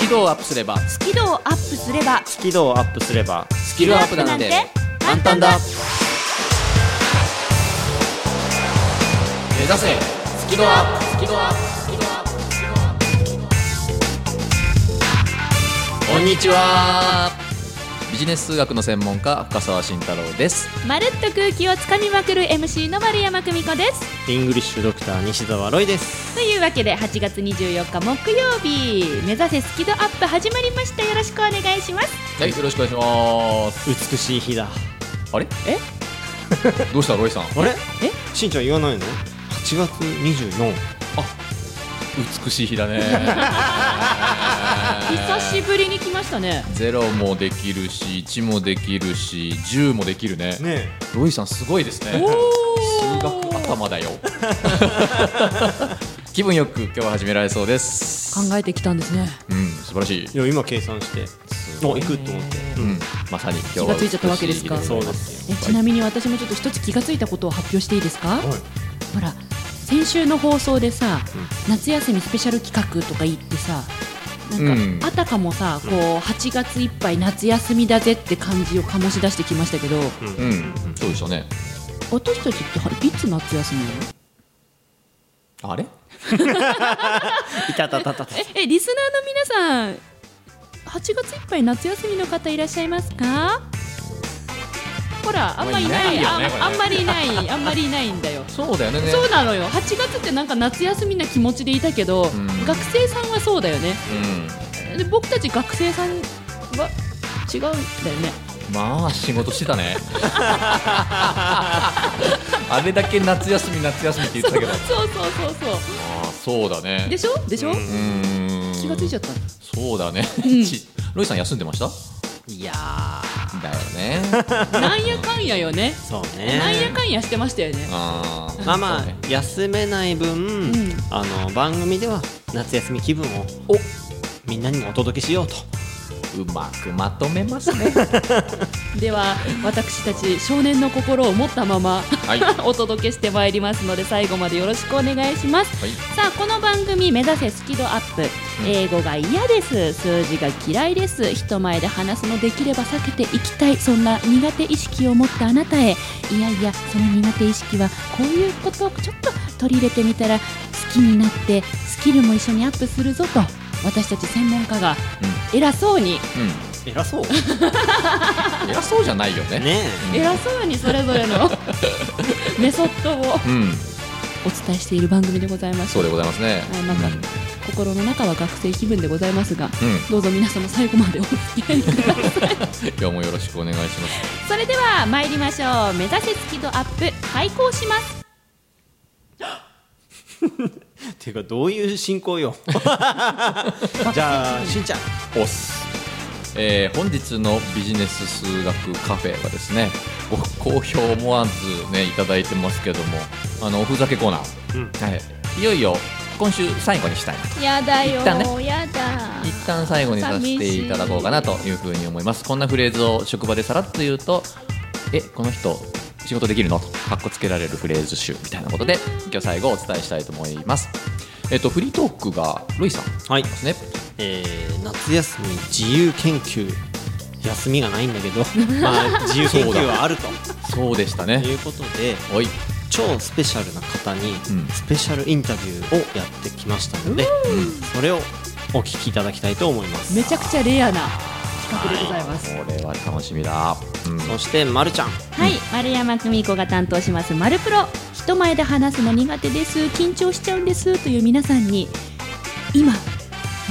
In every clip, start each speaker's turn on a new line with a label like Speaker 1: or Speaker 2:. Speaker 1: キ度をアップすれば
Speaker 2: スキルをアップすればス
Speaker 3: スキルをアップすれば
Speaker 1: スキルアップなんて簡単だ目指せスキルアップスキルアップスキルアップスキルアップこんにちはビジネス数学の専門家深澤慎太郎です
Speaker 2: まるっと空気をつかみまくる MC の丸山久美子です
Speaker 3: イングリッシュドクター西澤ロイです
Speaker 2: というわけで8月24日木曜日目指せスキドアップ始まりましたよろしくお願いします
Speaker 1: はいよろしくお願いします
Speaker 3: 美しい日だ
Speaker 1: あれ
Speaker 2: え
Speaker 1: どうしたロイさん
Speaker 3: あれ
Speaker 2: え
Speaker 3: しんちゃん言わないの8月24
Speaker 1: 美しい日だね
Speaker 2: 久しぶりに来ましたね
Speaker 1: ゼロもできるし1もできるし10もできるね
Speaker 3: ね
Speaker 1: ロイさんすごいですね数学頭だよ 気分よく今日は始められそうです
Speaker 2: 考えてきたんですね
Speaker 1: うん素晴らしい
Speaker 3: えいや今計算してお行くと思って、
Speaker 1: うんまさに今日は
Speaker 2: 気がついちゃったわけですか
Speaker 1: 美しい日
Speaker 3: そうです
Speaker 2: えちなみに私もちょっと一つ気がついたことを発表していいですか
Speaker 3: よはい
Speaker 2: ほら先週の放送でさ、夏休みスペシャル企画とか言ってさなん
Speaker 1: うん
Speaker 2: かあたかもさ、こう8月いっぱい夏休みだぜって感じを醸し出してきましたけど
Speaker 3: う、
Speaker 1: うんんそうでしたね
Speaker 2: 私たちってはいつ夏休みなの
Speaker 1: あれ
Speaker 3: いたたたたた
Speaker 2: ええリスナーの皆さん8月いっぱい夏休みの方いらっしゃいますかほらあんまりいない
Speaker 1: いないよね
Speaker 2: あ
Speaker 1: これ
Speaker 2: あんまりいないあんまりいないんだよ
Speaker 1: そうだよね
Speaker 2: そうなのよ8月ってなんか夏休みな気持ちでいたけど、
Speaker 1: ん
Speaker 2: 学生さんはそうだよね
Speaker 1: う
Speaker 2: で僕たち学生さんは違うんだよね
Speaker 1: んまあ仕事してたね あれだけ夏休み夏休みって言っ
Speaker 2: そ
Speaker 1: て
Speaker 2: う
Speaker 1: た
Speaker 2: そう
Speaker 1: けど
Speaker 2: そうそうそ
Speaker 1: ああそうだね
Speaker 2: うでしょでしょ、
Speaker 3: うん
Speaker 1: うん
Speaker 2: 気がついちゃった
Speaker 1: そうだね、
Speaker 2: ん
Speaker 1: ちロイさん休んでました
Speaker 2: いや
Speaker 1: だよ ね
Speaker 2: ーなんやかんやよね
Speaker 3: そう
Speaker 2: なん
Speaker 3: ね
Speaker 2: やかんやしてましたよね
Speaker 1: あー
Speaker 3: まあま
Speaker 1: そ
Speaker 3: あ
Speaker 1: うね
Speaker 3: 休めない分、
Speaker 2: ん
Speaker 3: あの番組では夏休み気分を
Speaker 1: お
Speaker 3: みんなにもお届けしようと
Speaker 1: うまくまとめますね
Speaker 2: では私たち少年の心を持ったまま
Speaker 1: はい、はい、
Speaker 2: お届けしてまいりますので最後までよろしくお願いしますさあこの番組「目指せスキドアップ」英語が嫌です数字が嫌いです人前で話すのできれば避けていきたいそんな苦手意識を持ったあなたへいやいやその苦手意識はこういうことをちょっと取り入れてみたら好きになってスキルも一緒にアップするぞと私たち専門家が偉そうに
Speaker 1: う
Speaker 3: 偉そうね
Speaker 1: ん、偉そうじゃないよね
Speaker 3: え
Speaker 2: 偉そうにそれぞれ のメソッドを
Speaker 1: うん
Speaker 2: お伝えしている番組でございます
Speaker 1: そうでございますね
Speaker 2: はいなんか心の中は学生気分でございますが
Speaker 1: うん、うん、
Speaker 2: どうぞ皆様最後までお付き合いください
Speaker 1: 今日もよろしくお願いします
Speaker 2: それでは参りましょう目指せスキドアップ開講します
Speaker 3: ていうかどういう進行よ じゃあしんちゃん
Speaker 1: おっすえー本日のビジネス数学カフェはですねご好評思わずねいただいてますけどもあのおふざけコーナー、
Speaker 3: うん
Speaker 1: はい、いよいよ今週最後にしたいなと
Speaker 2: やだよ
Speaker 1: 一旦ね
Speaker 2: やだ
Speaker 1: 一旦最後にさせていただこうかなというふうに思いますこんなフレーズを職場でさらっと言うとえこの人仕事できるのとかっこつけられるフレーズ集みたいなことで今日最後お伝えしたいと思いますえっとフリートークがロイさんで
Speaker 3: はい
Speaker 1: すね
Speaker 3: えー夏休み自由研究休みがないんだ けどまあ自由研究はあると
Speaker 1: そうでしたね
Speaker 3: いうことで
Speaker 1: おい
Speaker 3: 超スペシャルな方に
Speaker 1: うん
Speaker 3: スペシャルインタビューをやってきましたので、それをお聞きいただきたいと思います
Speaker 2: めちゃくちゃレアな企画でございます
Speaker 1: これは楽しみだ、うん、
Speaker 3: そしてまるちゃん
Speaker 2: はい、丸山久美子が担当します「マルプロ」人前で話すの苦手です緊張しちゃうんですという皆さんに今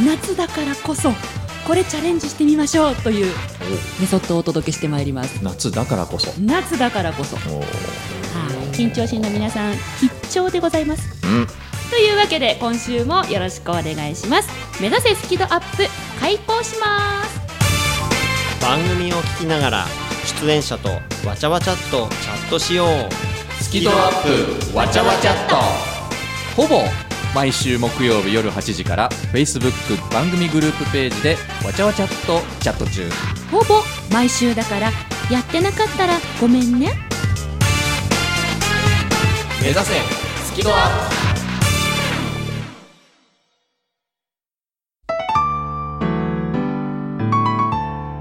Speaker 2: 夏だからこそこれチャレンジしてみましょうというメソッドをお届けしてまいります
Speaker 1: お夏だからこそ
Speaker 2: 夏だからこそ
Speaker 1: おー
Speaker 2: 緊張心の皆さん必聴でございます
Speaker 1: うん
Speaker 2: というわけで今週もよろしくお願いします目指せスキドアップ開講します
Speaker 3: 番組を聞きながら出演者とわちゃわちゃっとチャットしよう
Speaker 1: スキドアップわちゃわちゃっとほぼ毎週木曜日夜8時から Facebook 番組グループページでわちゃわちゃっとチャット中
Speaker 2: ほぼ毎週だからやってなかったらごめんね
Speaker 1: 目指せスキドアップ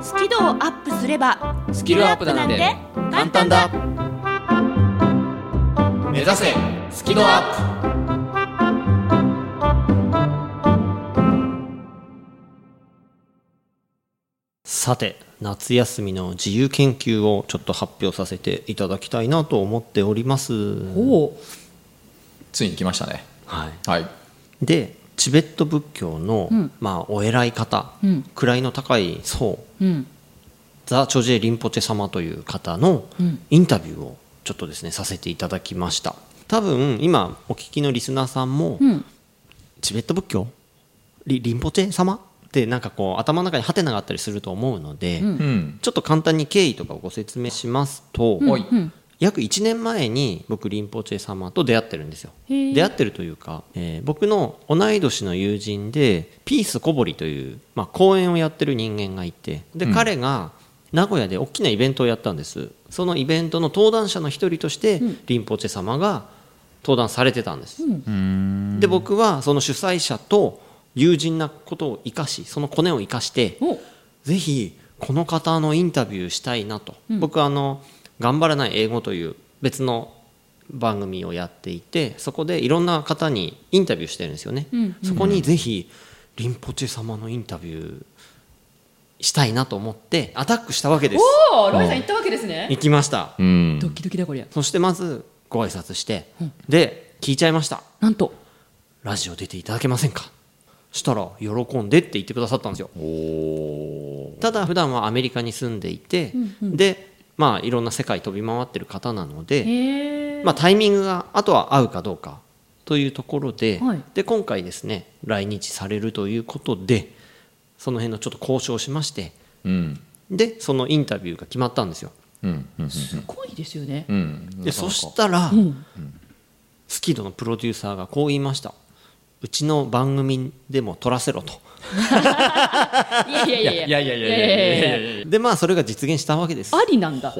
Speaker 4: スキルをアップすれば
Speaker 1: ス
Speaker 4: ス
Speaker 1: キルアップなんて簡単だ目指せスキルアッ
Speaker 3: さて夏休みの自由研究をちょっと発表させていただきたいなと思っております
Speaker 4: お
Speaker 1: プついに来ましたね
Speaker 3: はい
Speaker 1: はい
Speaker 3: でチベット仏教の、
Speaker 4: うん
Speaker 3: まあ、お偉い方、
Speaker 4: うん
Speaker 3: 位の高い僧
Speaker 4: うん
Speaker 3: ザ・チョジェ・リンポチェ様という方の
Speaker 4: うん
Speaker 3: インタビューをちょっとですねさせていただきました多分今お聞きのリスナーさんも、
Speaker 4: うん
Speaker 3: チベット仏教リリンポチェ様ってなんかこう頭の中にハテナがあったりすると思うので、
Speaker 4: うん
Speaker 1: うん
Speaker 3: ちょっと簡単に経緯とかをご説明しますと、
Speaker 1: おい
Speaker 4: うん
Speaker 3: 約1年前に僕リンポチェ様と出会ってるんですよ
Speaker 4: へえ
Speaker 3: 出会ってるというか、えー僕の同い年の友人でピース小堀という、まあ、公演をやってる人間がいてで、
Speaker 1: うん
Speaker 3: 彼が名古屋で大きなイベントをやったんですそのイベントの登壇者の一人として、リンポチェ様が登壇されてたんです、で僕はその主催者と友人なことを生かしそのコネを生かして
Speaker 4: お
Speaker 3: ぜひこの方のインタビューしたいなと、僕あの「頑張らない英語」という別の番組をやっていてそこでいろんな方にインタビューしてるんですよね、
Speaker 4: うん
Speaker 3: そこにぜひリンポチェ様のインタビューしたいなと思ってアタックしたわけです
Speaker 4: おロイさん行ったわけですね
Speaker 3: 行きました
Speaker 1: うん
Speaker 4: ドキドキだこりゃ
Speaker 3: そしてまずご挨拶して、で聞いちゃいました
Speaker 4: なんと
Speaker 3: ラジオ出ていただけませんかしたら喜んでって言ってくださったんですよただ普段はアメリカに住んでいて、でまあいろんな世界飛び回ってる方なので、
Speaker 4: へえ
Speaker 3: まあ、タイミングがあとは合うかどうかというところで,、
Speaker 4: はい
Speaker 3: で今回ですね来日されるということでその辺のちょっと交渉しまして
Speaker 1: うん
Speaker 3: でそのインタビューが決まったんですよ
Speaker 1: うんうん
Speaker 4: すごいですよね
Speaker 1: うん
Speaker 3: でそしたら、
Speaker 4: うん
Speaker 3: スキドのプロデューサーがこう言いましたうちの番組でも撮らせろと
Speaker 4: いやいやいや
Speaker 1: いやいやいやいやいやいやいや
Speaker 3: でまあそれが実現したわけです
Speaker 4: ありなんだ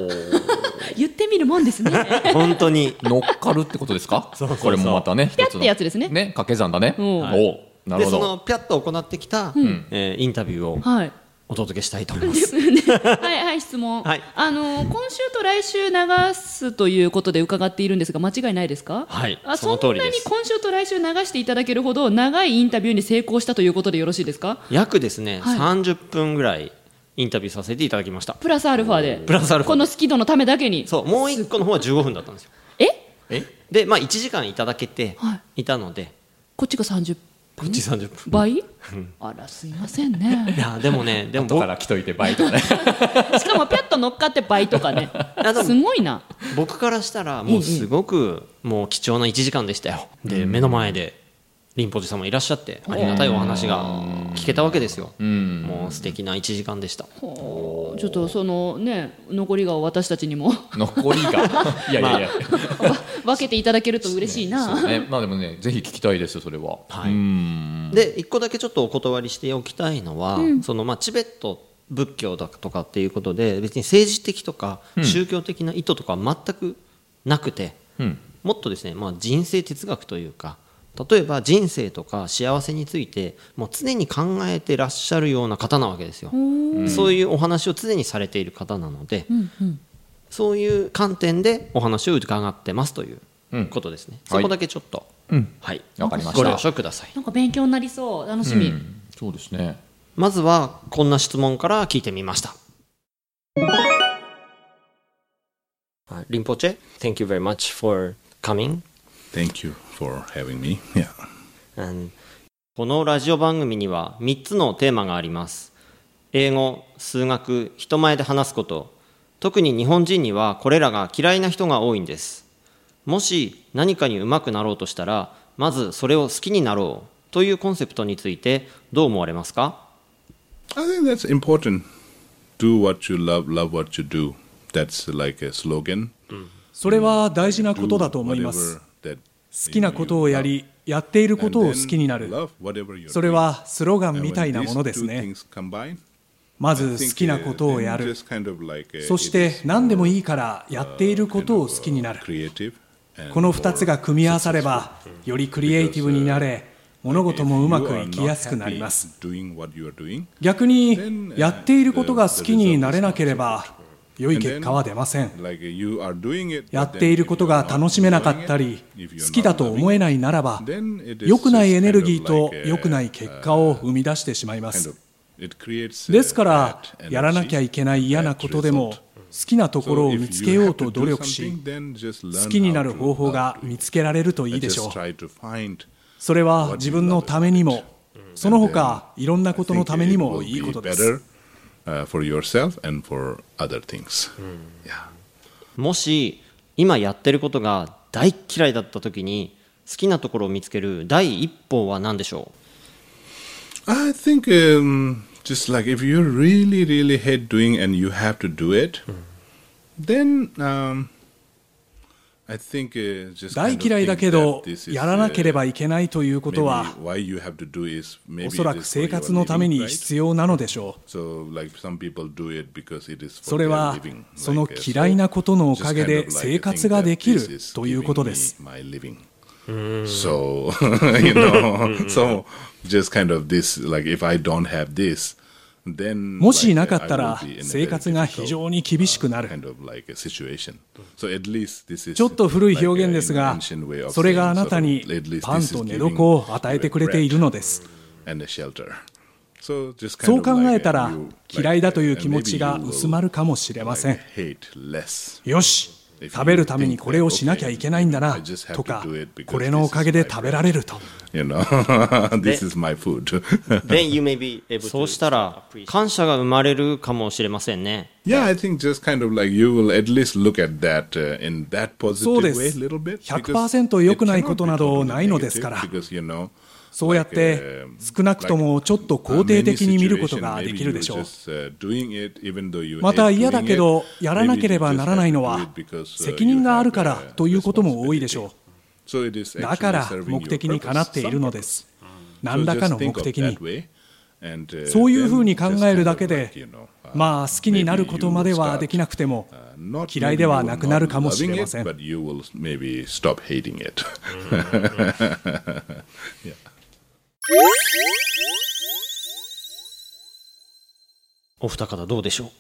Speaker 4: 言ってみるもんですね
Speaker 3: 本当に
Speaker 1: 乗っかるってことです かこれもまたね一
Speaker 4: ャ
Speaker 1: つ
Speaker 4: ッてやつですね
Speaker 1: ね掛け算だね
Speaker 4: うん
Speaker 1: おお なる
Speaker 3: で
Speaker 1: ほ
Speaker 3: そ
Speaker 1: ど
Speaker 3: のピャッと行ってきた、えーインタビューを
Speaker 4: はい
Speaker 3: お届けしたいと思いま。
Speaker 4: ですすよねはいはい質問、
Speaker 3: はい
Speaker 4: あの今週と来週流すということで伺っているんですが間違いないですか
Speaker 3: はい
Speaker 4: あ
Speaker 3: その通りです
Speaker 4: そんなに今週と来週流していただけるほど長いインタビューに成功したということでよろしいですか
Speaker 3: 約ですね、
Speaker 4: はい
Speaker 3: 30分ぐらいインタビューさせていただきました。
Speaker 4: プラスアルファで
Speaker 3: プラスアルファ
Speaker 4: このスキドのためだけに
Speaker 3: そう、もう一個の方は15分だったんですよ。
Speaker 4: え
Speaker 1: え
Speaker 3: で、まあ1時間いただけて
Speaker 4: はい
Speaker 3: たので、
Speaker 4: こっちが30
Speaker 3: こっち30分。
Speaker 4: 倍あらすいませんね
Speaker 3: いや、でもね、でも
Speaker 1: 後か
Speaker 3: 僕
Speaker 1: ら来といてバイトね
Speaker 4: しかもピャッと乗っかって倍とかね
Speaker 3: やでも
Speaker 4: すごいな
Speaker 3: 僕からしたら、もうすごくもう貴重な1時間でしたよ。で、目の前で、リンポジさんもいらっしゃって、ありがたいお話が聞けたわけですよ。
Speaker 1: うん
Speaker 3: もう素敵な1時間でした。
Speaker 4: ほうちょっとそのね残りが私たちにも
Speaker 1: 残りが いやいやいや
Speaker 4: 分けていただけると嬉しいな、
Speaker 1: そうねまあでもねぜひ聞きたいですよそれは
Speaker 3: はい
Speaker 1: うん
Speaker 3: で一個だけちょっとお断りしておきたいのは、そのまあチベット仏教だとかっていうことで別に政治的とか宗教的な意図とかは全くなくて、
Speaker 1: うん
Speaker 3: もっとですね、まあ、人生哲学というか例えば人生とか幸せについてもう常に考えてらっしゃるような方なわけですよ。そういうお話を常にされている方なので、
Speaker 4: うんうん
Speaker 3: そういう観点でお話を伺ってますという
Speaker 1: うん
Speaker 3: ことですね。
Speaker 1: はい
Speaker 3: そこだけちょっと、
Speaker 1: うん
Speaker 3: はい、
Speaker 1: わかりました
Speaker 3: ご了承ください。
Speaker 4: なんか勉強になりそう楽しみ、
Speaker 1: うんそうですね
Speaker 3: まずはこんな質問から聞いてみました。リンポチェ、Thank you very much for coming.
Speaker 5: Thank you for having me. Yeah.
Speaker 3: And このラジオ番組には3つのテーマがあります。英語、数学、人前で話すこと。特に日本人にはこれらが嫌いな人が多いんです。もし何かに上手くなろうとしたら、まずそれを好きになろうというコンセプトについてどう思われますか
Speaker 5: I think that's important. Do what you love, love what you do. That's like a slogan.
Speaker 6: それは大事な
Speaker 5: Do
Speaker 6: ことだと思います。
Speaker 5: whatever that
Speaker 6: 好きなことをやり、やっていることを好きになる。それはスロガンみたいなものですね。。まず好きなことをやる。そして何でもいいからやっていることを好きになる。この2つが組み合わされば、よりクリエイティブになれ、物事もうまくいきやすくなります。。逆にやっていることが好きになれなければ良い結果は出ませんやっていることが楽しめなかったり好きだと思えないならば良くないエネルギーと良くない結果を生み出してしまいますですからやらなきゃいけない嫌なことでも好きなところを見つけようと努力し好
Speaker 5: 好
Speaker 6: きになる方法が見つけられるといいでしょう
Speaker 5: う。
Speaker 6: それは自分のためにもその他いろんなことのためにもいいことです。
Speaker 5: For yourself and for other things.
Speaker 3: もし今やってることが大嫌いだった時に好きなところを見つける第一歩は何でしょ
Speaker 5: I think um, just like if you really, really hate doing and you have to do it, then um, I think uh, just
Speaker 6: 大
Speaker 5: kind of
Speaker 6: 嫌いだけ
Speaker 5: think
Speaker 6: ど
Speaker 5: that this is,
Speaker 6: やらなけれ
Speaker 5: uh,
Speaker 6: ばいけないということは
Speaker 5: maybe why you have to do is maybe
Speaker 6: おそらく
Speaker 5: it is
Speaker 6: 生
Speaker 5: for your
Speaker 6: 活のため
Speaker 5: living,
Speaker 6: に
Speaker 5: right?
Speaker 6: 必要なのでしょう
Speaker 5: So, like some people do it because it is for
Speaker 6: それ
Speaker 5: their
Speaker 6: は
Speaker 5: living,
Speaker 6: その
Speaker 5: like, uh,
Speaker 6: 嫌いなことのお
Speaker 5: just
Speaker 6: かげ
Speaker 5: kind
Speaker 6: で
Speaker 5: of like
Speaker 6: 生活ができ
Speaker 5: I think that
Speaker 6: る
Speaker 5: this is
Speaker 6: ということです
Speaker 5: giving me my living. So, you know, so just kind of this, like if I don't have this, then
Speaker 6: もし
Speaker 5: like,
Speaker 6: なかったら
Speaker 5: I will be in a very
Speaker 6: 生活が非常に厳しくな
Speaker 5: difficult
Speaker 6: る
Speaker 5: kind of like a situation. So at least this is
Speaker 6: ちょっと古い表現です
Speaker 5: like
Speaker 6: が
Speaker 5: an ancient way of
Speaker 6: それが
Speaker 5: saying
Speaker 6: あなた
Speaker 5: sort of, at
Speaker 6: に
Speaker 5: least
Speaker 6: パン
Speaker 5: this is
Speaker 6: と寝
Speaker 5: giving
Speaker 6: 床を与えてくれている
Speaker 5: bread
Speaker 6: のです
Speaker 5: and a shelter. So just kind
Speaker 6: そう
Speaker 5: of
Speaker 6: 考
Speaker 5: like
Speaker 6: えた
Speaker 5: a
Speaker 6: ら
Speaker 5: new- like
Speaker 6: 嫌いだという
Speaker 5: a-
Speaker 6: 気持ちが
Speaker 5: maybe you will
Speaker 6: 薄まるかもしれません
Speaker 5: like hate less.
Speaker 6: よし食べるためにこれをしなきゃいけないんだなとかこれのおかげで食べられると
Speaker 5: You know, this is my food.
Speaker 3: うそうしたら感謝が生まれるかもしれませんね
Speaker 5: yeah, I think just kind of like you will at least look at that uh, in that
Speaker 6: そう
Speaker 5: positive
Speaker 6: で
Speaker 5: way a
Speaker 6: す
Speaker 5: little bit. because
Speaker 6: 100%良くないことなどないのですから。
Speaker 5: it cannot be totally negative because, you know,
Speaker 6: そうやって少なくともちょっと肯定的に見ることができるでしょう
Speaker 5: う
Speaker 6: また嫌だけどやらなければならないのは責任があるからということも多いでしょう
Speaker 5: う
Speaker 6: だから目的にかなっているのです何らかの目的にそ
Speaker 5: そうう
Speaker 6: い
Speaker 5: いうう
Speaker 6: ふ
Speaker 5: ふ
Speaker 6: う
Speaker 5: う
Speaker 6: に
Speaker 5: に
Speaker 6: 考
Speaker 5: 考
Speaker 6: え
Speaker 5: え
Speaker 6: る
Speaker 5: る
Speaker 6: だ
Speaker 5: だ
Speaker 6: け
Speaker 5: け
Speaker 6: で
Speaker 5: で、
Speaker 6: ま
Speaker 5: ま
Speaker 6: あ
Speaker 5: あ
Speaker 6: 好
Speaker 5: 好
Speaker 6: き
Speaker 5: き
Speaker 6: に
Speaker 5: に
Speaker 6: な
Speaker 5: な
Speaker 6: る
Speaker 5: る
Speaker 6: こ
Speaker 5: ことと
Speaker 6: ま
Speaker 5: ま
Speaker 6: で
Speaker 5: で
Speaker 6: は
Speaker 5: は
Speaker 6: で
Speaker 5: で
Speaker 6: き
Speaker 5: き
Speaker 6: な
Speaker 5: な
Speaker 6: く
Speaker 5: く
Speaker 6: て
Speaker 5: て
Speaker 6: も
Speaker 5: も
Speaker 6: 嫌
Speaker 5: 嫌
Speaker 6: い
Speaker 5: い
Speaker 6: で
Speaker 5: で
Speaker 6: は
Speaker 5: は
Speaker 6: な
Speaker 5: な
Speaker 6: く
Speaker 5: く
Speaker 6: な
Speaker 5: な
Speaker 6: る
Speaker 5: る
Speaker 6: か
Speaker 5: か
Speaker 6: も
Speaker 5: も
Speaker 6: し
Speaker 5: し
Speaker 6: れ
Speaker 5: れ
Speaker 6: ま
Speaker 5: ま
Speaker 6: せ
Speaker 5: せ
Speaker 6: ん
Speaker 5: ん。
Speaker 3: お二方どうでしょ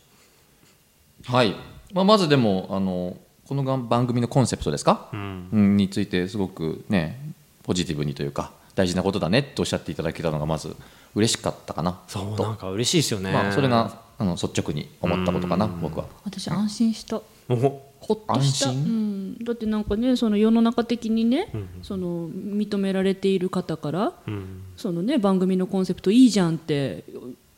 Speaker 3: う
Speaker 1: はい、まあ、まずでもあのこのがん番組のコンセプトですか、うんについてすごくねポジティブにというか大事なことだねとおっしゃっていただけたのがまず嬉しかったかな
Speaker 3: そう
Speaker 1: と
Speaker 3: なんか嬉しいですよね、
Speaker 1: まあ、それがあの率直に思ったことかな僕は。
Speaker 4: 私安心した
Speaker 3: お
Speaker 4: ほっとした、
Speaker 1: 安心
Speaker 4: うん、だってなんかねその世の中的にね、その認められている方から、そのね番組のコンセプトいいじゃんって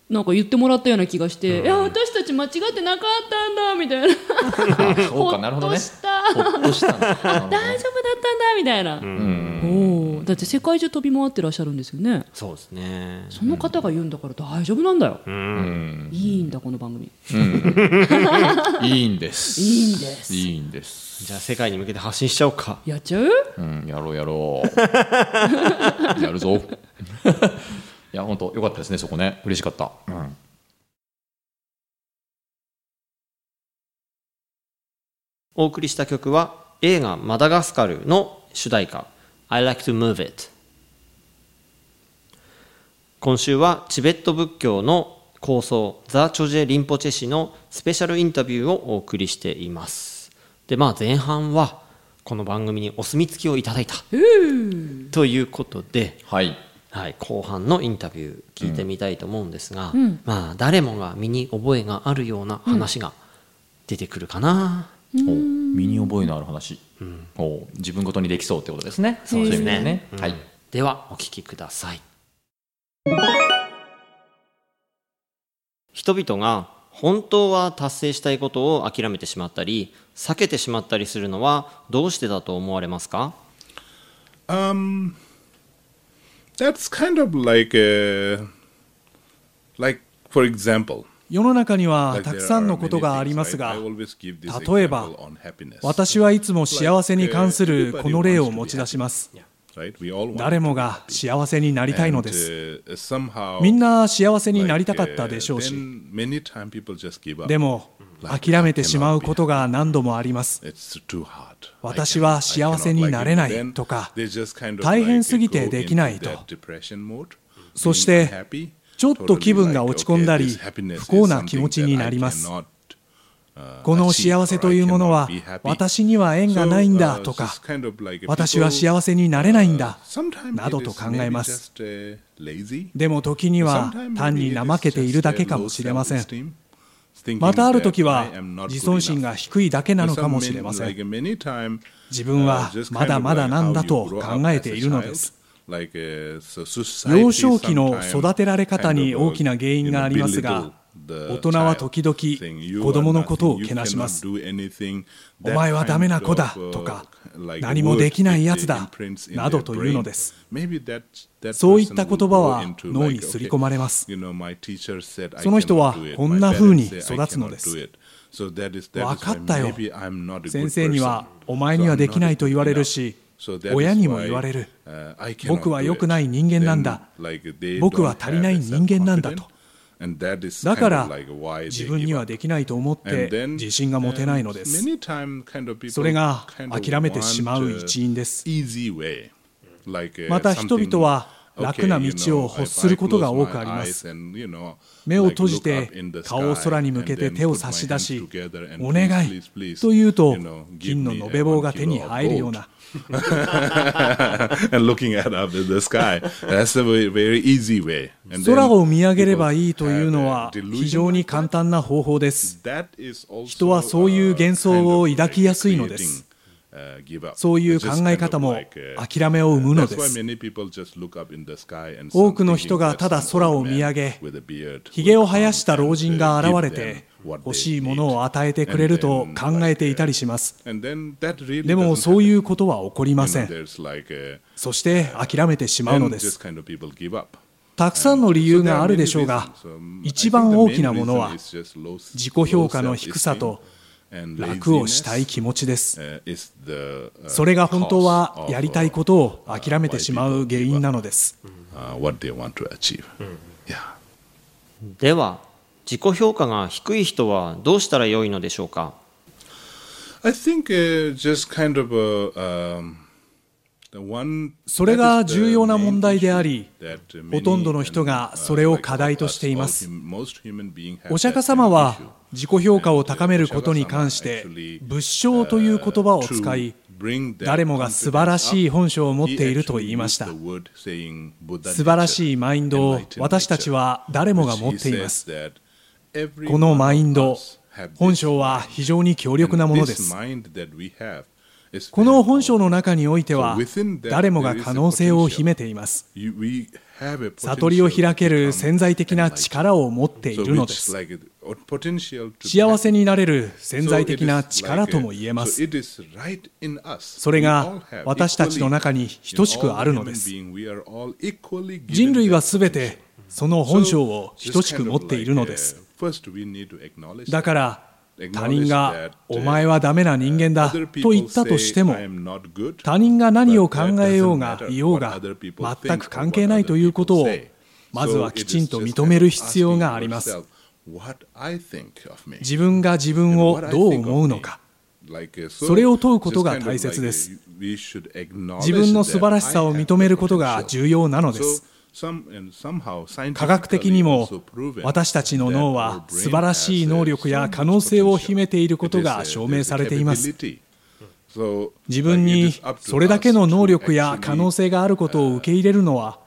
Speaker 4: なんか言ってもらったような気がして、いや私たち間違ってなかったんだみたいな
Speaker 1: あ そうかなるほど
Speaker 4: ほっ
Speaker 1: ね
Speaker 4: とした
Speaker 1: ほっとしたんだなるほど
Speaker 4: 大丈夫だったんだみたいな、おーだって世界中飛び回ってらっしゃるんですよね
Speaker 3: そうですね
Speaker 4: その方が言うんだから大丈夫なんだよ、
Speaker 1: うん
Speaker 4: いいんだこの番組
Speaker 1: いいんです
Speaker 4: いいんです
Speaker 1: いいんです
Speaker 3: じゃあ世界に向けて発信しちゃおうか
Speaker 4: やっちゃう
Speaker 1: うん、やろうやろう。 やるぞ。いや、本当良かったですね、そこね、嬉しかった。うん。
Speaker 3: お送りした曲は映画「マダガスカル」の主題歌「I Like to Move It」今週はチベット仏教の構想ザ・チョジェ・リンポチェ氏のスペシャルインタビューをお送りしていますでまあ前半はこの番組にお墨付きをいただいたということで
Speaker 1: はい。
Speaker 3: はい、後半のインタビュー聞いてみたいと思うんですが、まあ、誰もが身に覚えがあるような話が出てくるかな、
Speaker 1: お身に覚えのある話、お自分ごとにできそうってことですね
Speaker 3: そうですね
Speaker 1: い意味ね
Speaker 3: うん
Speaker 1: はい
Speaker 3: ではお聞きください人々が本当は達成したいことを諦めてしまったり避けてしまったりするのはどうしてだと思われますか
Speaker 5: Um, that's kind of like a, like for example,
Speaker 6: 世の中には
Speaker 5: like
Speaker 6: たく
Speaker 5: there
Speaker 6: さん
Speaker 5: are
Speaker 6: の
Speaker 5: many
Speaker 6: ことがあります
Speaker 5: things, right?
Speaker 6: が
Speaker 5: I always give this
Speaker 6: 例えば
Speaker 5: example on happiness.
Speaker 6: 私はいつも幸せに関するこの例を持ち出します
Speaker 5: Right? We all want
Speaker 6: 誰もが幸せになりたいのです
Speaker 5: And, uh, somehow,
Speaker 6: みんな幸せになりたかったでしょう
Speaker 5: Like, uh,
Speaker 6: し
Speaker 5: then many time people just give up.
Speaker 6: でも諦めてしまうことが何度もあります
Speaker 5: It's too hard.
Speaker 6: 私は幸せになれないとか
Speaker 5: They just kind of
Speaker 6: 大変すぎてできないと
Speaker 5: like go into that depression mode,
Speaker 6: そして、
Speaker 5: being unhappy,
Speaker 6: ちょっと気分が落ち込んだり
Speaker 5: totally like, okay, this happiness is
Speaker 6: 不幸な気持ちになります
Speaker 5: something that I cannot, uh,
Speaker 6: この幸せというものは
Speaker 5: achieve or I cannot be happy.
Speaker 6: 私には縁がないんだ
Speaker 5: So, uh,
Speaker 6: とか
Speaker 5: just kind of like
Speaker 6: 私は幸せになれないんだ
Speaker 5: Sometimes it is
Speaker 6: などと考えます
Speaker 5: maybe just, uh, lazy.
Speaker 6: でも時には
Speaker 5: Sometimes maybe
Speaker 6: 単に怠けているだけかもしれませ
Speaker 5: it's just,
Speaker 6: ん
Speaker 5: uh, low self-esteem, thinking
Speaker 6: またある時
Speaker 5: that
Speaker 6: は
Speaker 5: I am not good
Speaker 6: 自尊心
Speaker 5: enough.
Speaker 6: が低いだけなのかもしれません
Speaker 5: Some men, like many time,
Speaker 6: 自分はまだまだなんだと考えているのです。
Speaker 5: 幼
Speaker 6: 幼少期の育てられ方に大きな原因がありますが大人は時々子供のことをけなしますお前はダメな子だとか何もできないやつだなどというのですそういった言葉は脳に刷り込まれますそ
Speaker 5: そ
Speaker 6: の人はこんな風に育つのです
Speaker 5: 分
Speaker 6: かったよ先生にはお前にはできないと言われるし親にも言われる僕は良くない人間なんだ僕は足りない人間なんだとだから自分にはできないと思って自信が持てないのですそれが諦めてしまう一因です
Speaker 5: ま
Speaker 6: ま
Speaker 5: た
Speaker 6: た
Speaker 5: 人
Speaker 6: 人
Speaker 5: 々
Speaker 6: 々
Speaker 5: は
Speaker 6: は
Speaker 5: 楽
Speaker 6: 楽
Speaker 5: な
Speaker 6: な
Speaker 5: 道
Speaker 6: 道
Speaker 5: を
Speaker 6: を
Speaker 5: 欲
Speaker 6: 欲
Speaker 5: す
Speaker 6: す
Speaker 5: る
Speaker 6: る
Speaker 5: こ
Speaker 6: ことと
Speaker 5: が
Speaker 6: が
Speaker 5: 多
Speaker 6: 多
Speaker 5: く
Speaker 6: く
Speaker 5: あ
Speaker 6: あ
Speaker 5: り
Speaker 6: り
Speaker 5: ま
Speaker 6: ますす
Speaker 5: 目
Speaker 6: 目
Speaker 5: を
Speaker 6: を
Speaker 5: 閉
Speaker 6: 閉
Speaker 5: じ
Speaker 6: じ
Speaker 5: て
Speaker 6: て
Speaker 5: 顔
Speaker 6: 顔
Speaker 5: を
Speaker 6: を
Speaker 5: 空
Speaker 6: 空
Speaker 5: に
Speaker 6: に
Speaker 5: 向
Speaker 6: 向
Speaker 5: け
Speaker 6: け
Speaker 5: て手
Speaker 6: て手
Speaker 5: を
Speaker 6: を
Speaker 5: 差
Speaker 6: 差
Speaker 5: し
Speaker 6: し
Speaker 5: 出
Speaker 6: 出
Speaker 5: し
Speaker 6: し
Speaker 5: お
Speaker 6: お
Speaker 5: 願
Speaker 6: 願
Speaker 5: い
Speaker 6: い
Speaker 5: と
Speaker 6: と
Speaker 5: い
Speaker 6: いうう
Speaker 5: と
Speaker 6: と
Speaker 5: 金
Speaker 6: 金
Speaker 5: の
Speaker 6: の
Speaker 5: 延
Speaker 6: 延
Speaker 5: べ
Speaker 6: べ
Speaker 5: 棒
Speaker 6: 棒
Speaker 5: が
Speaker 6: が
Speaker 5: 手
Speaker 6: 手
Speaker 5: に
Speaker 6: に
Speaker 5: 入
Speaker 6: 入
Speaker 5: る
Speaker 6: る
Speaker 5: よ
Speaker 6: よ
Speaker 5: う
Speaker 6: う
Speaker 5: な
Speaker 6: な。
Speaker 5: 空
Speaker 6: 空を
Speaker 5: を
Speaker 6: 見
Speaker 5: 見上
Speaker 6: 上
Speaker 5: げ
Speaker 6: げ
Speaker 5: れ
Speaker 6: れ
Speaker 5: ば
Speaker 6: ば
Speaker 5: い
Speaker 6: い
Speaker 5: い
Speaker 6: い
Speaker 5: と
Speaker 6: と
Speaker 5: い
Speaker 6: いうう
Speaker 5: の
Speaker 6: の
Speaker 5: は
Speaker 6: は
Speaker 5: 非
Speaker 6: 非
Speaker 5: 常
Speaker 6: 常
Speaker 5: に
Speaker 6: に
Speaker 5: 簡単
Speaker 6: 簡単な方法です人はそういう幻想を抱きやすいのです
Speaker 5: そ
Speaker 6: そうう
Speaker 5: い
Speaker 6: いうう
Speaker 5: 考
Speaker 6: 考
Speaker 5: え
Speaker 6: え
Speaker 5: 方
Speaker 6: 方
Speaker 5: も
Speaker 6: も
Speaker 5: 諦め
Speaker 6: 諦め
Speaker 5: を
Speaker 6: を
Speaker 5: 生
Speaker 6: 生
Speaker 5: む
Speaker 6: む
Speaker 5: の
Speaker 6: の
Speaker 5: で
Speaker 6: ですす
Speaker 5: 多
Speaker 6: 多
Speaker 5: く
Speaker 6: く
Speaker 5: の
Speaker 6: の
Speaker 5: 人
Speaker 6: 人
Speaker 5: が
Speaker 6: が
Speaker 5: た
Speaker 6: た
Speaker 5: だ
Speaker 6: だ
Speaker 5: 空
Speaker 6: 空
Speaker 5: を
Speaker 6: を
Speaker 5: 見
Speaker 6: 見
Speaker 5: 上
Speaker 6: 上
Speaker 5: げ
Speaker 6: げ
Speaker 5: ひ
Speaker 6: ひ
Speaker 5: げ
Speaker 6: げ
Speaker 5: を
Speaker 6: を
Speaker 5: 生
Speaker 6: 生
Speaker 5: や
Speaker 6: や
Speaker 5: し
Speaker 6: したた
Speaker 5: 老
Speaker 6: 老
Speaker 5: 人
Speaker 6: 人
Speaker 5: が
Speaker 6: が
Speaker 5: 現
Speaker 6: 現
Speaker 5: れ
Speaker 6: れ
Speaker 5: て
Speaker 6: て
Speaker 5: 欲
Speaker 6: 欲
Speaker 5: し
Speaker 6: し
Speaker 5: い
Speaker 6: い
Speaker 5: も
Speaker 6: も
Speaker 5: の
Speaker 6: の
Speaker 5: を与
Speaker 6: を与
Speaker 5: え
Speaker 6: え
Speaker 5: て
Speaker 6: て
Speaker 5: く
Speaker 6: く
Speaker 5: れ
Speaker 6: れ
Speaker 5: る
Speaker 6: る
Speaker 5: と
Speaker 6: と
Speaker 5: 考
Speaker 6: 考
Speaker 5: え
Speaker 6: え
Speaker 5: て
Speaker 6: て
Speaker 5: い
Speaker 6: い
Speaker 5: た
Speaker 6: た
Speaker 5: り
Speaker 6: り
Speaker 5: し
Speaker 6: し
Speaker 5: ま
Speaker 6: ますす
Speaker 5: で
Speaker 6: でも
Speaker 5: もそ
Speaker 6: そうう
Speaker 5: い
Speaker 6: いううことは起こりませんそして諦めてしまうのですたくさんの理
Speaker 5: 理
Speaker 6: 由
Speaker 5: 由
Speaker 6: が
Speaker 5: が
Speaker 6: あ
Speaker 5: あ
Speaker 6: る
Speaker 5: る
Speaker 6: で
Speaker 5: で
Speaker 6: し
Speaker 5: し
Speaker 6: ょ
Speaker 5: ょ
Speaker 6: う
Speaker 5: う
Speaker 6: が
Speaker 5: が、
Speaker 6: 一
Speaker 5: 一
Speaker 6: 番
Speaker 5: 番
Speaker 6: 大
Speaker 5: 大
Speaker 6: き
Speaker 5: き
Speaker 6: な
Speaker 5: な
Speaker 6: も
Speaker 5: も
Speaker 6: の
Speaker 5: の
Speaker 6: は
Speaker 5: は
Speaker 6: 自
Speaker 5: 自己
Speaker 6: 己評
Speaker 5: 評
Speaker 6: 価
Speaker 5: 価
Speaker 6: の
Speaker 5: の
Speaker 6: 低
Speaker 5: 低
Speaker 6: さ
Speaker 5: さ
Speaker 6: と
Speaker 5: と
Speaker 6: 楽
Speaker 5: 楽
Speaker 6: を
Speaker 5: を
Speaker 6: し
Speaker 5: したた
Speaker 6: い
Speaker 5: い気
Speaker 6: 気持
Speaker 5: 持
Speaker 6: ち
Speaker 5: ち
Speaker 6: で
Speaker 5: ですす。
Speaker 6: そ
Speaker 5: そ
Speaker 6: れ
Speaker 5: れ
Speaker 6: が
Speaker 5: が
Speaker 6: 本
Speaker 5: 本
Speaker 6: 当
Speaker 5: 当
Speaker 6: は
Speaker 5: は
Speaker 6: や
Speaker 5: やり
Speaker 6: りた
Speaker 5: た
Speaker 6: い
Speaker 5: い
Speaker 6: こ
Speaker 5: ことと
Speaker 6: を
Speaker 5: を
Speaker 6: 諦
Speaker 5: 諦
Speaker 6: め
Speaker 5: め
Speaker 6: て
Speaker 5: て
Speaker 6: し
Speaker 5: し
Speaker 6: ま
Speaker 5: ま
Speaker 6: う
Speaker 5: う
Speaker 6: 原
Speaker 5: 原
Speaker 6: 因
Speaker 5: 因
Speaker 6: な
Speaker 5: な
Speaker 6: の
Speaker 5: の
Speaker 6: で
Speaker 5: ですす。
Speaker 3: では自己評価が低い人はどうしたらよいのでしょうか
Speaker 5: I think uh, just kind of a, um, the one-
Speaker 6: それが重要な問題であり
Speaker 5: that is the main issue that many
Speaker 6: ほとんどの人がそれを課題としています
Speaker 5: and, uh, like all us, all hum- most human being have
Speaker 6: お釈迦様は
Speaker 5: that kind of
Speaker 6: 自己評価を高めることに関して仏性という言葉を使い
Speaker 5: issue.
Speaker 6: 誰もが素晴らしい本性
Speaker 5: He
Speaker 6: を持
Speaker 5: actually
Speaker 6: っていると言いました
Speaker 5: used the word saying Buddha
Speaker 6: 素晴らしい
Speaker 5: nature,
Speaker 6: マインドを
Speaker 5: enlightened nature,
Speaker 6: 私たちは誰もが持っていま
Speaker 5: which
Speaker 6: す
Speaker 5: he says that every
Speaker 6: このマイン
Speaker 5: one
Speaker 6: ド
Speaker 5: of us have this
Speaker 6: 本性は非常に強力なもので
Speaker 5: This
Speaker 6: す
Speaker 5: mind that we have is
Speaker 6: この本
Speaker 5: very
Speaker 6: 性の中においては
Speaker 5: So within that
Speaker 6: 誰もが可能性を秘めています
Speaker 5: You- we have a
Speaker 6: 悟りを開け
Speaker 5: potential to
Speaker 6: る
Speaker 5: become
Speaker 6: 潜在的な
Speaker 5: enlightened.
Speaker 6: 力を持ってい
Speaker 5: So
Speaker 6: るの
Speaker 5: which
Speaker 6: で
Speaker 5: is
Speaker 6: す
Speaker 5: like a- or potential to
Speaker 6: 幸せ
Speaker 5: be happy.
Speaker 6: になれる潜
Speaker 5: So
Speaker 6: 在
Speaker 5: it is
Speaker 6: 的な
Speaker 5: like a-
Speaker 6: 力とも言えます
Speaker 5: so it is right in us.
Speaker 6: それ
Speaker 5: We all
Speaker 6: が
Speaker 5: have
Speaker 6: 私たちの中に
Speaker 5: equally-
Speaker 6: 等しくあるので
Speaker 5: in
Speaker 6: す
Speaker 5: all human being, we are all equally given
Speaker 6: 人類はすべ
Speaker 5: that potential.
Speaker 6: てその本性を
Speaker 5: So, just
Speaker 6: 等しく
Speaker 5: kind of
Speaker 6: 持っているの
Speaker 5: like,
Speaker 6: です
Speaker 5: uh, first we need to acknowledge
Speaker 6: だから他人
Speaker 5: Acknowledge that,
Speaker 6: が
Speaker 5: uh,
Speaker 6: お前はダメな人間
Speaker 5: that.
Speaker 6: だ
Speaker 5: Other
Speaker 6: と言った
Speaker 5: people
Speaker 6: としても
Speaker 5: say, "I am not good."
Speaker 6: 他人が何を考えようがいようが全く関係ないということをまずはきちんと認める必要があります。自分が自分をどう思うのか
Speaker 5: それを問うことが大切です。
Speaker 6: 自
Speaker 5: 自
Speaker 6: 分
Speaker 5: 分
Speaker 6: の
Speaker 5: の
Speaker 6: 素
Speaker 5: 素
Speaker 6: 晴
Speaker 5: 晴
Speaker 6: ら
Speaker 5: ら
Speaker 6: し
Speaker 5: し
Speaker 6: さ
Speaker 5: さ
Speaker 6: を
Speaker 5: を
Speaker 6: 認
Speaker 5: 認
Speaker 6: め
Speaker 5: め
Speaker 6: る
Speaker 5: る
Speaker 6: こ
Speaker 5: ことと
Speaker 6: が
Speaker 5: が
Speaker 6: 重
Speaker 5: 重
Speaker 6: 要な
Speaker 5: 要なの
Speaker 6: ので
Speaker 5: ですす。科
Speaker 6: 科
Speaker 5: 学
Speaker 6: 学
Speaker 5: 的
Speaker 6: 的
Speaker 5: に
Speaker 6: に
Speaker 5: も
Speaker 6: も
Speaker 5: 私
Speaker 6: 私
Speaker 5: た
Speaker 6: た
Speaker 5: ち
Speaker 6: ち
Speaker 5: の
Speaker 6: の
Speaker 5: 脳
Speaker 6: 脳
Speaker 5: は
Speaker 6: は
Speaker 5: 素
Speaker 6: 素
Speaker 5: 晴
Speaker 6: 晴
Speaker 5: ら
Speaker 6: ら
Speaker 5: し
Speaker 6: し
Speaker 5: い
Speaker 6: い
Speaker 5: 能
Speaker 6: 能
Speaker 5: 力
Speaker 6: 力
Speaker 5: や
Speaker 6: や
Speaker 5: 可
Speaker 6: 可
Speaker 5: 能
Speaker 6: 能
Speaker 5: 性
Speaker 6: 性
Speaker 5: を
Speaker 6: を
Speaker 5: 秘
Speaker 6: 秘
Speaker 5: め
Speaker 6: め
Speaker 5: て
Speaker 6: て
Speaker 5: いる
Speaker 6: いる
Speaker 5: こ
Speaker 6: ことと
Speaker 5: が
Speaker 6: が
Speaker 5: 証
Speaker 6: 証
Speaker 5: 明
Speaker 6: 明
Speaker 5: さ
Speaker 6: さ
Speaker 5: れ
Speaker 6: れ
Speaker 5: て
Speaker 6: て
Speaker 5: い
Speaker 6: い
Speaker 5: ま
Speaker 6: ますす。自分にそれだけの能力や可能性があることを受け入れるのは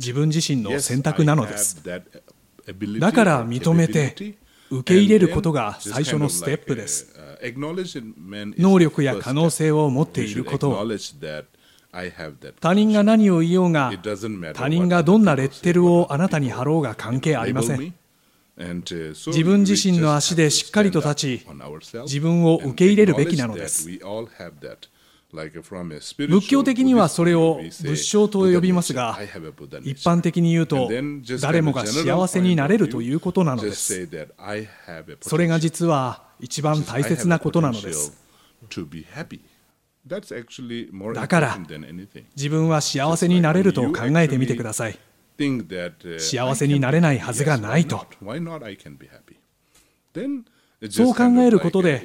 Speaker 6: 自分自身の選択なのですだから認めて受け入れることが最初のステップです能力や可能性を持っていることを他人が何を言おうが他人がどんなレッテルをあなたに貼ろうが関係ありません自分自身の足でしっかりと立ち自分を受け入れるべきなのです仏教的にはそれを仏性と呼びますが一般的に言うと誰もが幸せになれるということなのですそれが実は一番大切なことなのですだから自分は幸せになれると考えてみてください幸せになれないはずがないとそう考えることで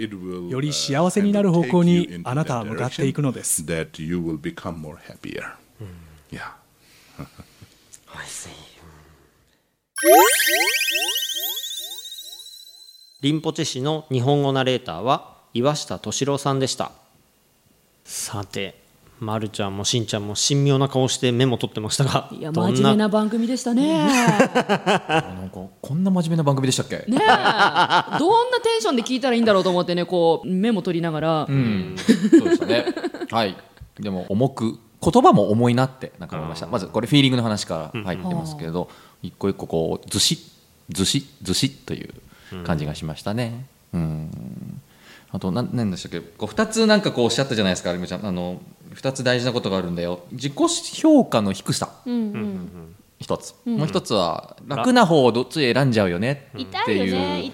Speaker 6: より幸せになる方向にあなたは向かっていくのです、うん、
Speaker 3: リンポチェ市の日本語ナレーターは岩下敏郎さんでしたさてまるちゃんもしんちゃんも神妙な顔してメモ取ってましたが
Speaker 4: いや真面目な番組でしたね
Speaker 1: なんかこんな真面目な番組でしたっけ
Speaker 4: ねどんなテンションで聞いたらいいんだろうと思ってねこうメモ取りながら、
Speaker 1: うん、そうでしたねはいでも重く言葉も重いなってなんか思いました、まずこれフィーリングの話から入ってますけど、うん、一個一個こうずしずしずしという感じがしましたねうんあと何何でしたっけこう2つなんかこうおっしゃったじゃないですかあちゃんあの2つ大事なことがあるんだよ自己評価の低さ、うんうん、1つ、うん、もう1つは楽な方をどっち選んじゃうよねっていう、ね、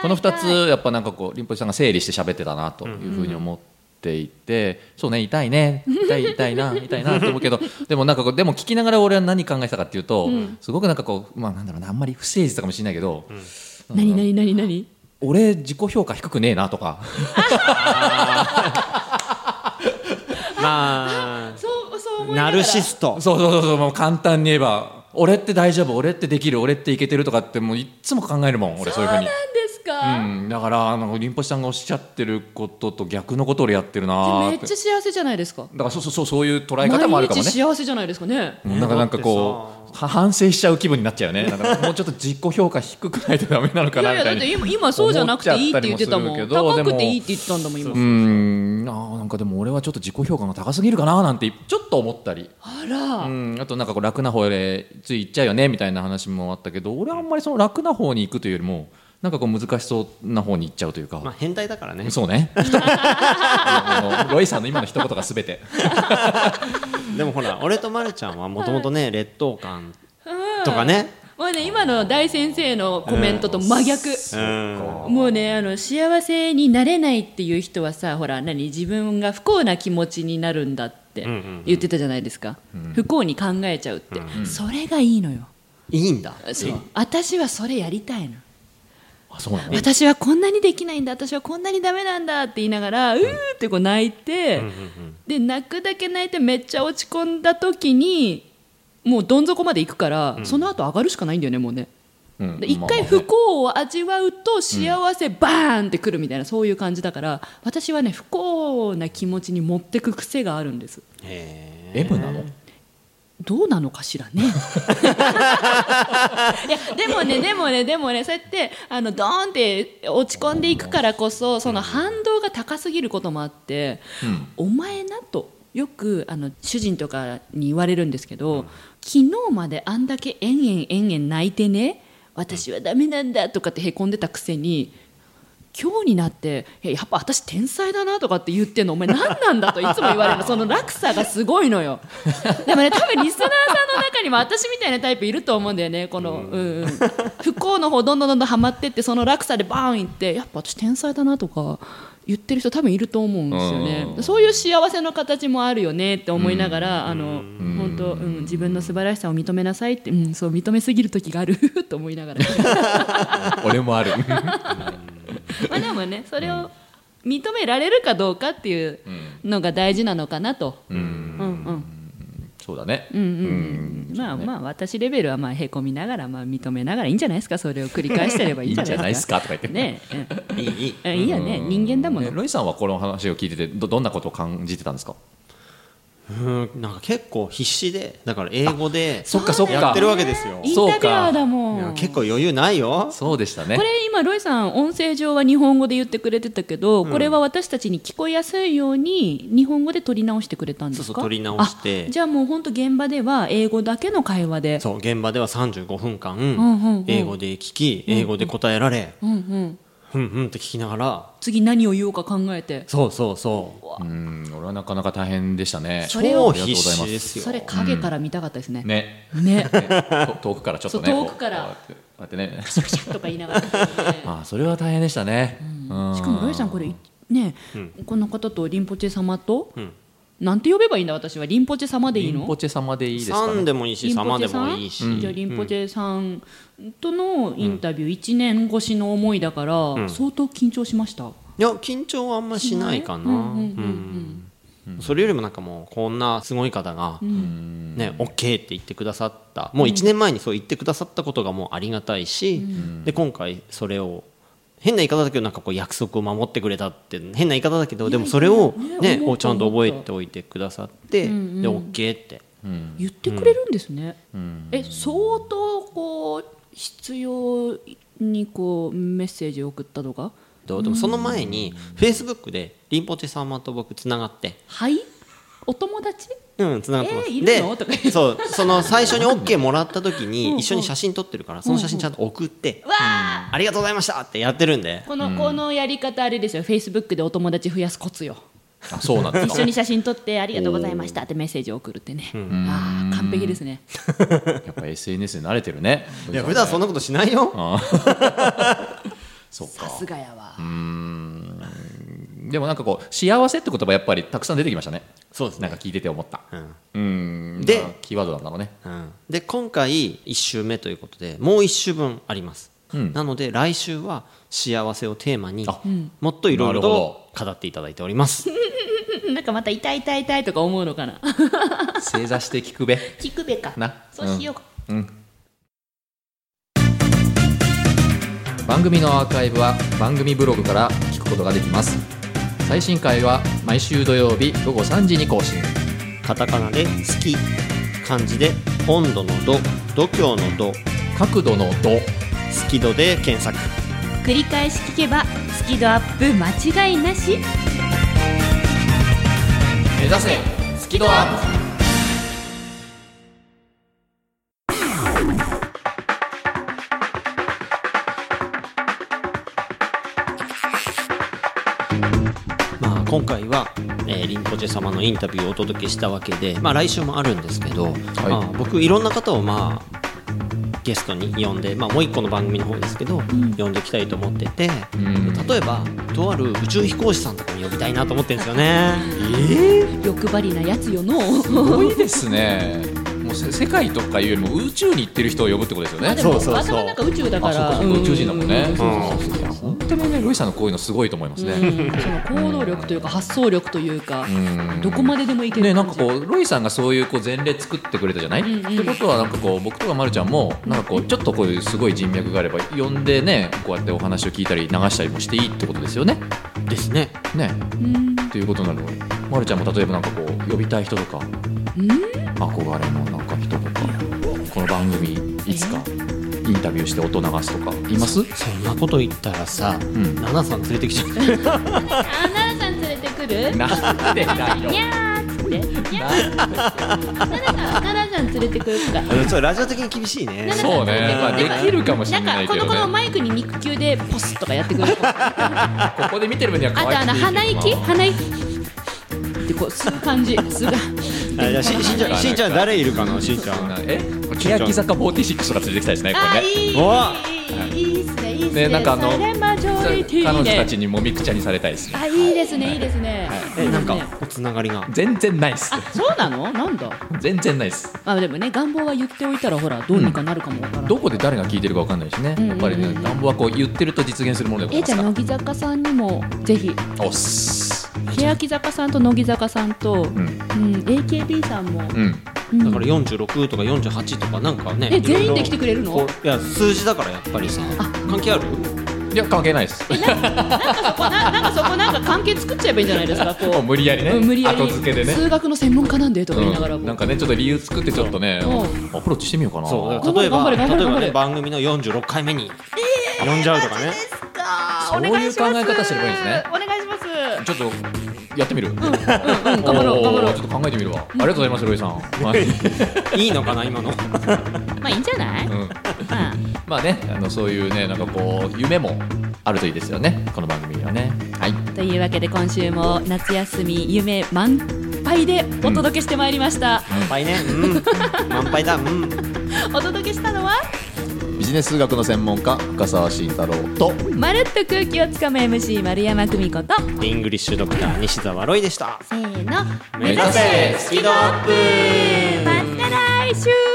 Speaker 1: この2つやっぱなんかこうりんぽちさんが整理して喋ってたなというふうに思って。いてそうね痛いね痛い痛いな痛いなと思うけどでもなんかこうでも聞きながら俺は何考えてたかっていうと、すごくなんかこうまあなんだろうなあんまり不誠実かもしれないけど、
Speaker 4: うん、何何何何
Speaker 1: 俺自己評価低くねえなとか
Speaker 3: まあ
Speaker 4: そうそう
Speaker 3: ナルシスト
Speaker 1: そうそうそうもう簡単に言えば俺って大丈夫俺ってできる俺っていけてるとかってもういつも考えるもん俺そういうふうに
Speaker 4: ですか、
Speaker 1: うん、だからあのりんぽさんがおっしゃってることと逆のこと俺やってるな
Speaker 4: めっちゃ幸せじゃないですか
Speaker 1: だからそうそうそういう捉え方もあるかもね
Speaker 4: 幸せじゃないですかね、
Speaker 1: うん、なんかなんかこう反省しちゃう気分になっちゃうよね。もうちょっと自己評価低くないとダメなのかなみたいな。いやいや。
Speaker 4: 今今そうじゃなくていいって言ってたもん。高くていいって言ったんだもん今。うん
Speaker 1: あなんかでも俺はちょっと自己評価が高すぎるかななんてちょっと思ったり。
Speaker 4: あら。
Speaker 1: うん。あとなんかこう楽な方へつい行っちゃうよねみたいな話もあったけど、俺はあんまりその楽な方に行くというよりも。なんかこう難しそうな方に行っちゃうというか、
Speaker 3: まあ、変態だからね
Speaker 1: そうね ロイさんの今の一言がすべて
Speaker 3: でもほら俺とまるちゃんはもともとね劣等感とかね
Speaker 4: もうね今の大先生のコメントと真逆、うん、もうねあの幸せになれないっていう人はさほら何自分が不幸な気持ちになるんだって言ってたじゃないですか、うんうんうん、不幸に考えちゃうって、うんうん、それがいいのよ
Speaker 3: いいんだ
Speaker 4: そう私はそれやりたいの
Speaker 1: そうなの
Speaker 4: 私はこんなにできないんだ私はこんなにだめなんだって言いながらうーってこう泣いて、うんうんうん、で泣くだけ泣いてめっちゃ落ち込んだ時にもうどん底まで行くから、うん、その後上がるしかないんだよねもうね。一、うん、回不幸を味わうと幸せバーンってくるみたいな、そういう感じだから私はね不幸な気持ちに持ってく癖があるんです。
Speaker 1: M なの
Speaker 4: どうなのかし らねいやでもねでもねでもねそうやってあのドーンって落ち込んでいくからこそその反動が高すぎることもあって、うん、お前なとよくあの主人とかに言われるんですけど、うん、昨日まであんだけ延々延々泣いてね私はだめなんだとかってへこんでたくせに。今日になってやっぱ私天才だなとかって言ってんのお前何なんだといつも言われるその落差がすごいのよでもね多分リスナーさんの中にも私みたいなタイプいると思うんだよねこの、うん、うん、不幸の方どんどんどんどんはまってってその落差でバーンいってやっぱ私天才だなとか言ってる人多分いると思うんですよね、うん、そういう幸せの形もあるよねって思いながら、うん、あの、うん、本当、うん、自分の素晴らしさを認めなさいって、うん、そう認めすぎる時がある と思いながら
Speaker 1: 俺もある
Speaker 4: まあでもねそれを認められるかどうかっていうのが大事なのかなと、うんうんうん、
Speaker 1: そうだね
Speaker 4: うんうんうんまあまあ私レベルはまあへこみながらまあ認めながらいいんじゃ ないですかそれを繰り返してればいいんじゃない ですか。
Speaker 1: いいんじゃないですかとか言
Speaker 4: ね
Speaker 1: いいいい
Speaker 4: えうんいいよね人間だもの
Speaker 1: ねロイさんはこの話を聞いててどどんなことを感じてたんですか
Speaker 3: うんなんか結構必死でだから英語で
Speaker 1: そっかそっか
Speaker 3: やってるわけですよ
Speaker 4: インタビュアーだ
Speaker 3: いや
Speaker 4: もん。
Speaker 3: 結構余裕ないよ
Speaker 1: そうでしたね
Speaker 4: これ今ロイさん音声上は日本語で言ってくれてたけど、これは私たちに聞こえやすいように日本語で取り直してくれたんですか
Speaker 3: そうそう取り直して
Speaker 4: あじゃあもう本当現場では英語だけの会話で
Speaker 3: そう現場では35分間、
Speaker 4: んうんうん
Speaker 3: 英語で聞き英語で答えられ、
Speaker 4: うんうん
Speaker 3: うん、うんって聞きながら
Speaker 4: 次何を言おうか考えて
Speaker 3: そうそうそう
Speaker 1: うん俺はなかなか大変でしたね
Speaker 4: それを
Speaker 1: ありがとうござい
Speaker 3: 必
Speaker 1: ま
Speaker 3: 死ですすよ
Speaker 4: それ影から見たかったですね、
Speaker 1: ね
Speaker 4: ね
Speaker 1: と 遠くからちょっとね
Speaker 4: そう
Speaker 1: こ
Speaker 4: 遠くから
Speaker 1: こうやってね
Speaker 4: とか言い ながら、ね、
Speaker 1: あそれは大変でしたね、うん
Speaker 4: しかもロイさんこれね、この方とリンポチェ様と、なんて呼べばいいんだ私はリンポチェ様でいい
Speaker 1: イ
Speaker 4: の
Speaker 1: ンポチェ様でいいですか
Speaker 3: 3
Speaker 1: ね
Speaker 3: でもいいし
Speaker 4: リンポ
Speaker 3: 様
Speaker 4: チ
Speaker 3: で
Speaker 4: ェさ
Speaker 3: も
Speaker 4: ん
Speaker 3: いいし、
Speaker 4: じゃあリンポチェさんとのインタビュー1年越しの思いだから、相当緊張しました、
Speaker 3: いや緊張はあんましないかなうんそれよりもなんかもうこんなすごい方が、ね、OK って言ってくださったもう1年前にそう言ってくださったことがもうありがたいし、で今回それを変な言い方だけどなんかこう約束を守ってくれたって変な言い方だけどでもそれを、
Speaker 4: いやいや
Speaker 3: ね
Speaker 4: ね
Speaker 3: こうちゃんと覚え
Speaker 4: 思った
Speaker 3: ておいてくださって、で OK って
Speaker 4: 言ってくれるんですね、え相当こう必要にこうメッセージを送ったとか
Speaker 3: どうでもその前にフェイスブックでりんぽち様と僕つながって。
Speaker 4: はいお友達
Speaker 3: うん、繋がってます。
Speaker 4: えーいるのとか言って
Speaker 3: で、 そう、その最初に OK もらった時に、一緒に写真撮ってるから、その写真ちゃんと送って、ありがとうございましたってやってるんで、
Speaker 4: この,、このやり方あれですよフェイスブックでお友達増やすコツよ
Speaker 1: あそうなんですか
Speaker 4: 一緒に写真撮ってありがとうございましたってメッセージを送るってね、ああ完璧ですね
Speaker 1: やっぱ SNS に慣れてるね
Speaker 3: いや、普段そんなことしないよ。
Speaker 1: そっ
Speaker 4: さ
Speaker 1: か
Speaker 4: すがやわ
Speaker 1: でもなんかこう幸せって言葉やっぱりたくさん出てきましたね
Speaker 3: そうです
Speaker 1: なん
Speaker 3: ね
Speaker 1: か。聞いてて思った
Speaker 3: うん
Speaker 1: うん
Speaker 3: で
Speaker 1: まあキーワードなんだろうね
Speaker 3: うんで、今回、1週目ということで、もう1週分あります。
Speaker 1: うん
Speaker 3: なので、来週は幸せをテーマに
Speaker 1: あ、
Speaker 3: もっといろいろ
Speaker 1: なるほ
Speaker 3: と語っていただいております。
Speaker 4: うんなんかまた痛い痛い痛いとか思うのかな
Speaker 1: 正座して聞くべ
Speaker 4: 聞くべか
Speaker 1: な
Speaker 4: そうしようか、
Speaker 1: 番組のアーカイブは番組ブログから聞くことができます最新回は毎週土曜日午後3時に更新
Speaker 3: カタカナで好き、漢字で温度の度、度胸の度、好
Speaker 1: 角度の度
Speaker 3: き度で検索。
Speaker 4: 繰り返し聞けばスキドアップ間違いなし
Speaker 1: 目指せスキドアッ
Speaker 3: まあ、今回は、えー、リンポチェ様のインタビューをお届けしたわけで、まあ、来週もあるんですけど、まあ、僕いろんな方を、まあ、ゲストに呼んで、まあ、もう一個の番組の方ですけど、呼んでいきたいと思ってて、
Speaker 1: ん
Speaker 3: 例えばとある宇宙飛行士さんとかに呼びたいなと思ってるんですよね。
Speaker 4: 欲張りなやつよの
Speaker 1: プすごいですねもうせ世界とかいうよりも宇宙に行ってる人を呼ぶってことですよね
Speaker 4: あでも
Speaker 3: そうそうそう
Speaker 4: 頭の中宇宙だか
Speaker 1: あそう
Speaker 4: ら
Speaker 1: かそうか宇宙人だもんね
Speaker 4: うん
Speaker 1: うんいや本当にねロイさんのこういうのすごいと思いますね、
Speaker 4: うんその行動力というか発想力というか
Speaker 1: ん
Speaker 4: どこまででもいけ
Speaker 1: ね、
Speaker 4: る
Speaker 1: なん
Speaker 4: 感
Speaker 1: か
Speaker 4: じ
Speaker 1: こうロイさんがそういうこう前例作ってくれたじゃない、
Speaker 4: うんうん
Speaker 1: ってことはなんかこう僕とかまるちゃんもなんかこうちょっとこういうすごい人脈があれば呼んでねこうやってお話を聞いたり流したりもしていいってことですよね。
Speaker 3: ですね。
Speaker 1: ね
Speaker 4: うん
Speaker 1: っていうことなのでまるちゃんも例えばなんかこう呼びたい人とか憧れのなんか人とかこの番組いつかインタビューして音流すとかいます
Speaker 3: そんなこと言ったらさ、
Speaker 1: ん
Speaker 3: ナナさん連れてき ちゃう。
Speaker 4: あ奈良さん連れてくる
Speaker 1: なんでだよ
Speaker 4: にゃーっつってにゃー奈良さん奈良さん連れてくるから
Speaker 3: ちょっとラジオ的に厳しい ね。
Speaker 1: そうね、まあ、できるかもしれな
Speaker 4: ないんか
Speaker 1: け
Speaker 4: このこの
Speaker 1: どね
Speaker 4: マイクに肉球でポスとかやってくる
Speaker 1: ここで見てる分には可
Speaker 4: あとあ
Speaker 1: 愛
Speaker 4: の
Speaker 1: くていいけどな
Speaker 4: 鼻息鼻息ってこう吸う感じすが
Speaker 3: あじゃあししんちゃん、しんちゃん誰いるかな、しんちゃん。
Speaker 1: え欅坂46とか連れてきたいですねこ
Speaker 4: あ
Speaker 1: れ
Speaker 4: ー
Speaker 1: ね
Speaker 4: いい
Speaker 3: わ
Speaker 4: いいいいですねいいですね
Speaker 1: ねなんかあの
Speaker 4: サレマジョリティ
Speaker 1: 彼女たち
Speaker 4: ね
Speaker 1: にもみくちゃにされたいですね
Speaker 4: あいいですねいいですね
Speaker 3: え、なん
Speaker 4: いいですね
Speaker 3: か、つながりが。
Speaker 1: 全然ないっす
Speaker 4: あそうなのなんだ
Speaker 1: 全然ないっす
Speaker 4: まあでもね願望は言っておいたらほらどうにかなるかもわからない
Speaker 1: どこで誰が聞いてるかわかんないしねやっぱりね暖房はこう言ってると実現するものでござ
Speaker 4: え
Speaker 1: いま
Speaker 4: じ
Speaker 1: すか
Speaker 4: ゃあ乃木坂さんにもぜひ
Speaker 1: らおっす
Speaker 4: 欅坂さんと乃木坂さんと、うん
Speaker 1: ん
Speaker 4: AKB さんも
Speaker 1: うん
Speaker 3: だから46とか48とかなんかね
Speaker 4: え
Speaker 3: いろいろ
Speaker 4: 全員で来てくれるの
Speaker 3: こういや数字だからやっぱりさ関係ある
Speaker 1: いや関係ないです
Speaker 4: ななんかそこなんか関係作っちゃえばいいんじゃないですかこ
Speaker 1: もう
Speaker 4: う
Speaker 1: 無理やりね
Speaker 4: うん無理やり
Speaker 1: 後付けでね
Speaker 4: 数学の専門家なんでとか言いながら
Speaker 1: うん
Speaker 4: も
Speaker 1: なんかねちょっと理由作ってちょっとね
Speaker 4: そう
Speaker 1: アプローチしてみようかな
Speaker 3: そうだか
Speaker 1: そ
Speaker 3: ら例え
Speaker 4: 頑張
Speaker 3: ば
Speaker 4: れ
Speaker 3: 例
Speaker 4: 頑張れ
Speaker 3: え
Speaker 4: 頑張
Speaker 3: ば
Speaker 4: れ
Speaker 3: ね番組の46回目に呼んじゃうとか ね
Speaker 1: ういう考え方してればいいんですね
Speaker 4: お願いします
Speaker 1: ちょっとやってみる頑
Speaker 4: うん頑張ろう頑張ろう
Speaker 1: ちょっと考えてみるわありがとうございますロイ さんはい
Speaker 3: いいのかな今の
Speaker 4: まあいいんじゃない、
Speaker 1: うん
Speaker 4: まあ
Speaker 1: まあねあのそういうねなんかこう夢もあるといいですよねこの番組はねはい
Speaker 4: というわけで今週も夏休み夢満杯でお届けしてまいりました、
Speaker 3: 満杯ねうん満杯だうん
Speaker 4: お届けしたのは
Speaker 1: ビジネス数学の専門家深澤慎太郎と
Speaker 4: まるっと空気をつかむ MC 丸山久美子と
Speaker 3: イングリッシュドクター西澤ロイでした
Speaker 4: せーの
Speaker 3: 目指せスピードアップ
Speaker 4: また来週